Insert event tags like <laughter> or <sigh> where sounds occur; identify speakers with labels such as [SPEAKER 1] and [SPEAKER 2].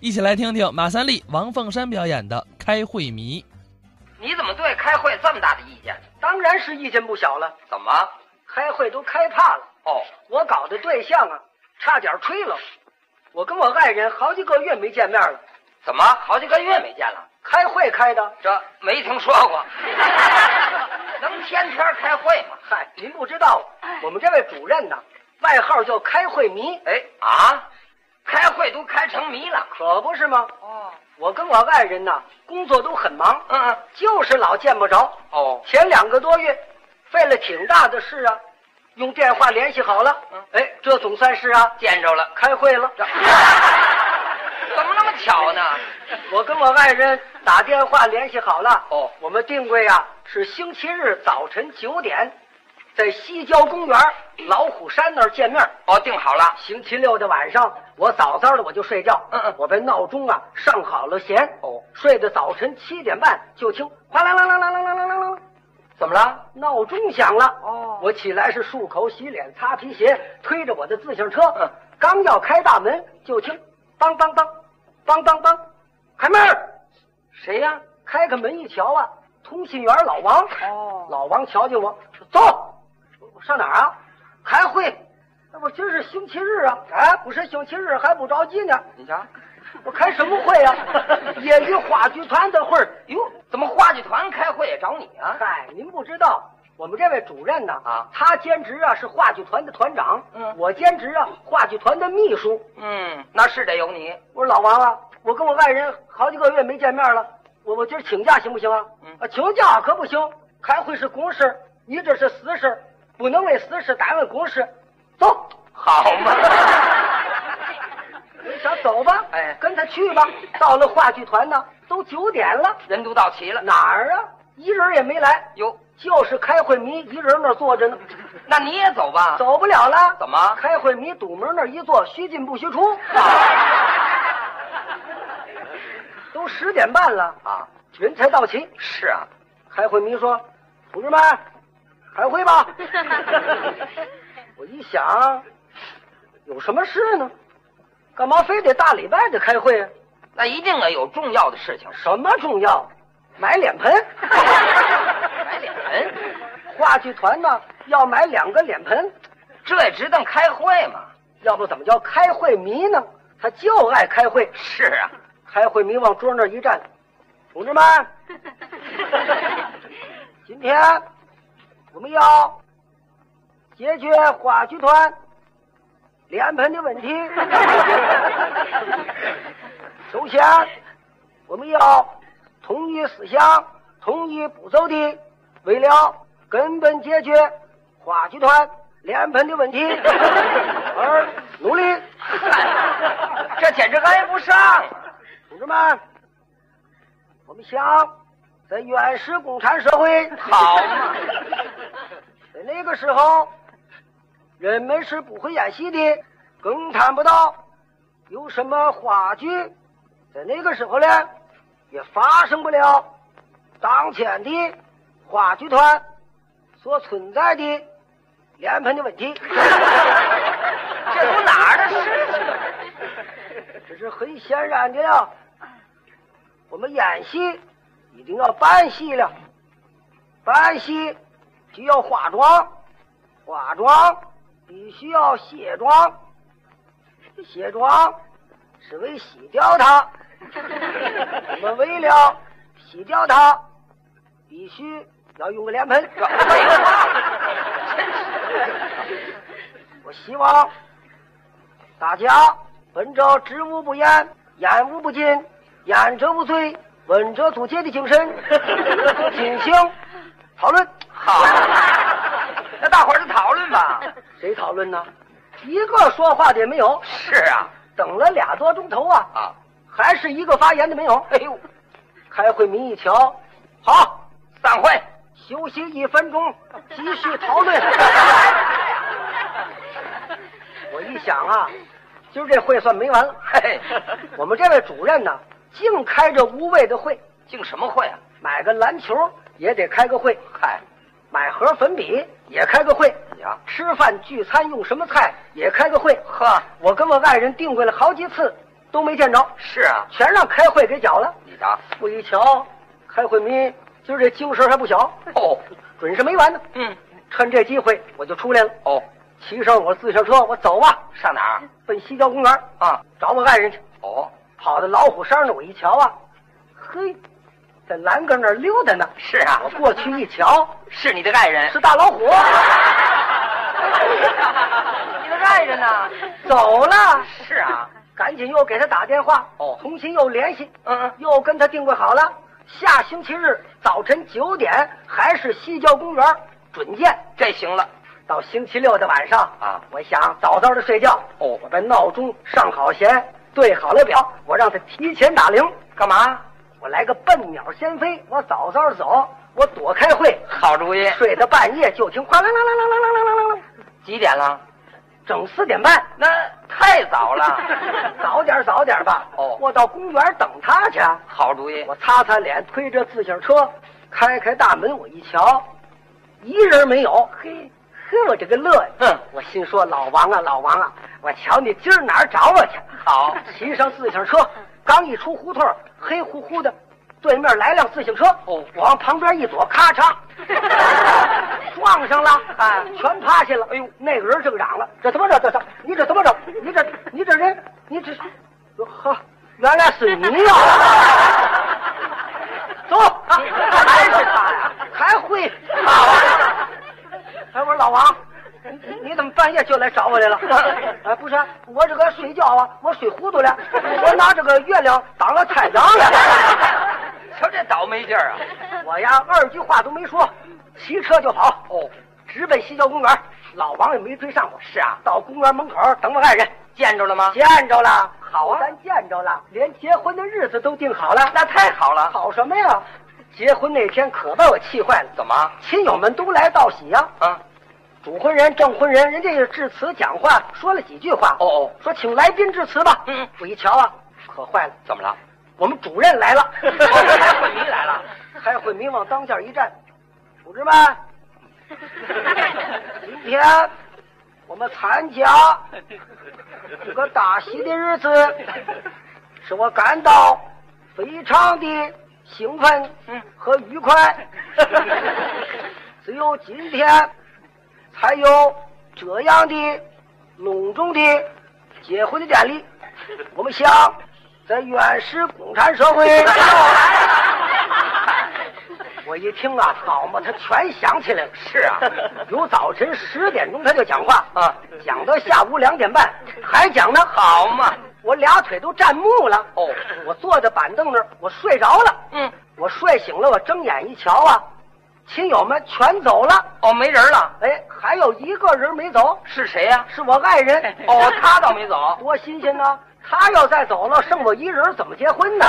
[SPEAKER 1] 一起来听听马三立、王凤山表演的《开会迷
[SPEAKER 2] 你怎么对开会这么大的意见？
[SPEAKER 3] 当然是意见不小了。
[SPEAKER 2] 怎么？
[SPEAKER 3] 开会都开怕了，
[SPEAKER 2] 哦，
[SPEAKER 3] 我搞的对象啊，差点吹了。我跟我爱人好几个月没见面了，
[SPEAKER 2] 怎么好几个月没见了？
[SPEAKER 3] 开会开的。
[SPEAKER 2] 这没听说 <laughs> 过，能天天开会吗？
[SPEAKER 3] 嗨，您不知道，我们这位主任呢，外号叫开会迷，
[SPEAKER 2] 哎啊，开会都开成迷了。
[SPEAKER 3] 可不是吗？
[SPEAKER 2] 哦，
[SPEAKER 3] 我跟我爱人呢，工作都很忙，
[SPEAKER 2] 嗯嗯，
[SPEAKER 3] 就是老见不着。
[SPEAKER 2] 哦，
[SPEAKER 3] 前两个多月，费了挺大的事啊，用电话联系好了
[SPEAKER 2] 嗯，
[SPEAKER 3] 哎，这总算是啊，
[SPEAKER 2] 见着了，
[SPEAKER 3] 开会了。
[SPEAKER 2] <laughs> 这怎么那么巧呢？
[SPEAKER 3] 我跟我爱人打电话联系好了，
[SPEAKER 2] 哦
[SPEAKER 3] 我们定位啊是星期日早晨九点，在西郊公园老虎山那儿见面。
[SPEAKER 2] 哦，定好了。
[SPEAKER 3] 星期六的晚上，我早早的我就睡觉，
[SPEAKER 2] 嗯嗯
[SPEAKER 3] 我被闹钟啊上好了弦，
[SPEAKER 2] 哦，
[SPEAKER 3] 睡到早晨七点半就听哗啦啦啦啦啦啦啦啦啦，
[SPEAKER 2] 怎么了？
[SPEAKER 3] 闹钟响了，
[SPEAKER 2] 哦
[SPEAKER 3] 我起来是漱口、洗脸、擦皮鞋，推着我的自行车，
[SPEAKER 2] 嗯
[SPEAKER 3] 刚要开大门就听梆梆梆，梆梆梆，开门儿，谁呀、开开门一瞧啊，通信员老王，
[SPEAKER 2] 哦
[SPEAKER 3] 老王瞧见我说走，我上哪儿啊？开会。那我今儿是星期日啊！哎，不是星期日还不着急呢，
[SPEAKER 2] 你瞧，
[SPEAKER 3] 我开什么会呀、业余话剧团的会儿
[SPEAKER 2] 哟，怎么话剧团开会也找你啊？
[SPEAKER 3] 嗨，您不知道，我们这位主任呢
[SPEAKER 2] 啊
[SPEAKER 3] 他兼职啊是话剧团的团长，
[SPEAKER 2] 嗯
[SPEAKER 3] 我兼职啊话剧团的秘书。
[SPEAKER 2] 嗯，那是得有你。
[SPEAKER 3] 我说老王啊，我跟我爱人好几个月没见面了，我我今儿请假行不行啊？
[SPEAKER 2] 嗯
[SPEAKER 3] 啊，请假可不行，开会是公事，你这是私事，不能为私事耽误公事。走，
[SPEAKER 2] 好嘛，
[SPEAKER 3] 我想走吧，
[SPEAKER 2] 哎
[SPEAKER 3] 跟他去吧。到了话剧团呢，都九点了，
[SPEAKER 2] <laughs> 人都到齐了。
[SPEAKER 3] 哪儿啊？一人也没来，
[SPEAKER 2] 哟，
[SPEAKER 3] 就是开会迷一人那儿坐
[SPEAKER 2] <laughs>
[SPEAKER 3] 着呢。
[SPEAKER 2] 那你也走吧。
[SPEAKER 3] 走不了了。
[SPEAKER 2] 怎么
[SPEAKER 3] 开会迷堵门那儿一坐，须进不须
[SPEAKER 2] <laughs>
[SPEAKER 3] 出。都十点半了，
[SPEAKER 2] 啊，
[SPEAKER 3] 人才到齐。
[SPEAKER 2] 是啊，
[SPEAKER 3] 开会迷说：“同志们，开
[SPEAKER 2] <laughs>
[SPEAKER 3] 会吧。”我一想，有什么事呢？干嘛非得大礼拜的开会啊？
[SPEAKER 2] 那一定啊有重要的事情。
[SPEAKER 3] 什么重要？买脸盆。
[SPEAKER 2] <laughs> 买脸盆，
[SPEAKER 3] 话剧团呢要买两个脸盆，
[SPEAKER 2] 这也值当开会嘛？
[SPEAKER 3] 要不怎么叫开会迷呢？他就爱开会。
[SPEAKER 2] 是啊，
[SPEAKER 3] 开会迷往桌那儿一站，同志们，今天我们要解决话剧团脸盆的问题。首先，我们要统一思想、统一步骤的，为了根本解决话剧团脸盆的问
[SPEAKER 2] <laughs>
[SPEAKER 3] 题而努力。
[SPEAKER 2] 这简直挨不上啊！
[SPEAKER 3] 同志们，我们想在原始共产社会，
[SPEAKER 2] <laughs> 好嘛，
[SPEAKER 3] 在那个时候，人们是不会演戏的，更谈不到有什么话剧。在那个时候呢，也发生不了当前的话剧团所存在的脸盆的问题。
[SPEAKER 2] 这都哪儿的事情啊？
[SPEAKER 3] 这是很显然的呀。我们演戏一定要扮戏了，扮戏就要化妆，化妆必须要卸妆，卸妆是为洗掉它。我们为了洗掉它，必须要用个脸盆。我希望大家本着知无不言，言无不尽，言者无罪，问者足戒的精神进行讨论。 <laughs>
[SPEAKER 2] 好，那大伙儿就讨论吧。 <laughs>
[SPEAKER 3] 谁讨论呢？一个说话的也没有，
[SPEAKER 2] 是啊，
[SPEAKER 3] 等了俩多钟头啊，
[SPEAKER 2] 啊，
[SPEAKER 3] 还是一个发言的没有。
[SPEAKER 2] 哎呦，
[SPEAKER 3] 开会民一瞧，好，
[SPEAKER 2] 散会。
[SPEAKER 3] 休息一分钟，继续讨论。 <laughs> 我一想啊，今儿这会算没完了。
[SPEAKER 2] 嘿嘿，
[SPEAKER 3] 我们这位主任呢，净开这无谓的会，
[SPEAKER 2] 敬什么会啊？
[SPEAKER 3] 买个篮球也得开个会，
[SPEAKER 2] 嗨，
[SPEAKER 3] 买盒粉笔也开个会，
[SPEAKER 2] 你啊瞧，
[SPEAKER 3] 吃饭聚餐用什么菜也开个会。
[SPEAKER 2] 呵，
[SPEAKER 3] 我跟我爱人定过了好几次，都没见着，
[SPEAKER 2] 是啊，
[SPEAKER 3] 全让开会给搅了。
[SPEAKER 2] 你瞧，
[SPEAKER 3] 我一瞧，开会民今儿这精神还不小，
[SPEAKER 2] 哦，
[SPEAKER 3] 准是没完呢。
[SPEAKER 2] 嗯，
[SPEAKER 3] 趁这机会我就出来了，
[SPEAKER 2] 哦，
[SPEAKER 3] 骑上我自行车，我走吧，
[SPEAKER 2] 上哪儿
[SPEAKER 3] 奔西郊公园
[SPEAKER 2] 啊？
[SPEAKER 3] 找我爱人去。
[SPEAKER 2] 哦，
[SPEAKER 3] 跑到老虎山那儿，我一瞧啊，嘿，在栏杆那儿溜达呢。
[SPEAKER 2] 是啊，
[SPEAKER 3] 我过去一瞧，
[SPEAKER 2] 是你的爱人
[SPEAKER 3] 是
[SPEAKER 2] <laughs>
[SPEAKER 3] 大老虎，
[SPEAKER 2] 你的爱人呢？
[SPEAKER 3] 走了。
[SPEAKER 2] 是啊，
[SPEAKER 3] 赶紧又给他打电话，
[SPEAKER 2] 哦
[SPEAKER 3] 重新又联系，
[SPEAKER 2] 嗯，
[SPEAKER 3] 又跟他定位好了，下星期日早晨九点还是西郊公园准见。
[SPEAKER 2] 这行了。
[SPEAKER 3] 到星期六的晚上
[SPEAKER 2] 啊
[SPEAKER 3] 我想早早的睡觉，
[SPEAKER 2] 哦
[SPEAKER 3] 我把闹钟上好弦，对好了表，我让他提前打铃，
[SPEAKER 2] 干嘛？
[SPEAKER 3] 我来个笨鸟先飞，我早早的走，我躲开会，
[SPEAKER 2] 好主意。
[SPEAKER 3] 睡到半夜就听哗啦啦啦啦啦啦啦啦啦，
[SPEAKER 2] 几点了？
[SPEAKER 3] 整四点
[SPEAKER 2] <laughs>
[SPEAKER 3] 半。
[SPEAKER 2] 那太早了。
[SPEAKER 3] <laughs> 早点早点吧。
[SPEAKER 2] 哦
[SPEAKER 3] 我到公园等他去。
[SPEAKER 2] 好主意。
[SPEAKER 3] 我擦擦脸，推着自行车，开开大门，我一瞧，一人没有。嘿，呵，我这个乐呀！
[SPEAKER 2] 嗯
[SPEAKER 3] 我心说老王啊，老王啊，我瞧你今儿哪儿找我去？
[SPEAKER 2] 好
[SPEAKER 3] 骑上自行车，刚一出胡同儿，黑乎乎的，对面来辆自行车。
[SPEAKER 2] 哦
[SPEAKER 3] 我往旁边一躲，咔 <laughs> 嚓，撞上了
[SPEAKER 2] 啊
[SPEAKER 3] 全趴下了。哎呦，那个人正嚷了，这怎么着？这这，你这怎么着？你这你这人，你这，哟呵，原来是你 <laughs> 呀、走，还是他呀？还会好啊？哎，我说老王，你你怎么半夜就来找
[SPEAKER 2] <laughs>
[SPEAKER 3] 我来了？哎，不是，我这个睡觉啊，我睡糊
[SPEAKER 2] <laughs>
[SPEAKER 3] 涂了，我拿这个月亮当了太阳了。
[SPEAKER 2] <laughs> 瞧这倒霉劲儿啊！
[SPEAKER 3] 我呀，二句话都没说，骑车就跑，
[SPEAKER 2] 哦，
[SPEAKER 3] 直奔西郊公园。老王也没追上我。
[SPEAKER 2] 是啊
[SPEAKER 3] 到公园门口等我爱人，
[SPEAKER 2] 见着了吗？
[SPEAKER 3] 见着了，好
[SPEAKER 2] 啊
[SPEAKER 3] 咱见着了，连结婚的日子都定好了。
[SPEAKER 2] 那太好了。
[SPEAKER 3] 好什么呀？结婚那天可把我气坏了，
[SPEAKER 2] 怎么？
[SPEAKER 3] 亲友们都来道喜呀、
[SPEAKER 2] 啊？
[SPEAKER 3] 主婚人、证婚人，人家也致辞讲话，说了几句话。
[SPEAKER 2] 哦，哦，
[SPEAKER 3] 说请来宾致辞吧。
[SPEAKER 2] 嗯
[SPEAKER 3] 我一瞧啊，可坏了，
[SPEAKER 2] 怎么了？
[SPEAKER 3] 我们主任来了，
[SPEAKER 2] <laughs> 开会迷来了，
[SPEAKER 3] 开会迷往当间一站，同志们，今 <laughs> 天我们参加这个大喜的日子，使我感到非常的兴奋
[SPEAKER 2] 嗯
[SPEAKER 3] 和愉快。只有今天，才有这样的隆重的结婚的典礼。我们想，在原始共产社会 <laughs> 我一听啊，好嘛，他全想起来了。
[SPEAKER 2] 是 <laughs> 啊
[SPEAKER 3] 由早晨十点钟他就讲话
[SPEAKER 2] 啊
[SPEAKER 3] 讲到下午两点半，还讲呢。
[SPEAKER 2] 好 <laughs> 嘛，
[SPEAKER 3] 我俩腿都站木了。
[SPEAKER 2] 哦
[SPEAKER 3] 我坐在板凳那儿，我睡着了。
[SPEAKER 2] 嗯，
[SPEAKER 3] 我睡醒了，我睁眼一瞧啊，亲友们全走了。
[SPEAKER 2] <laughs> 哦，没人了。
[SPEAKER 3] 哎，还有一个人没走，
[SPEAKER 2] 是谁呀、
[SPEAKER 3] 是我爱人。
[SPEAKER 2] <laughs> 哦，他倒没走。
[SPEAKER 3] 啊
[SPEAKER 2] <laughs>
[SPEAKER 3] 多新鲜呢！他要再走了，剩我一人，怎么结婚呢？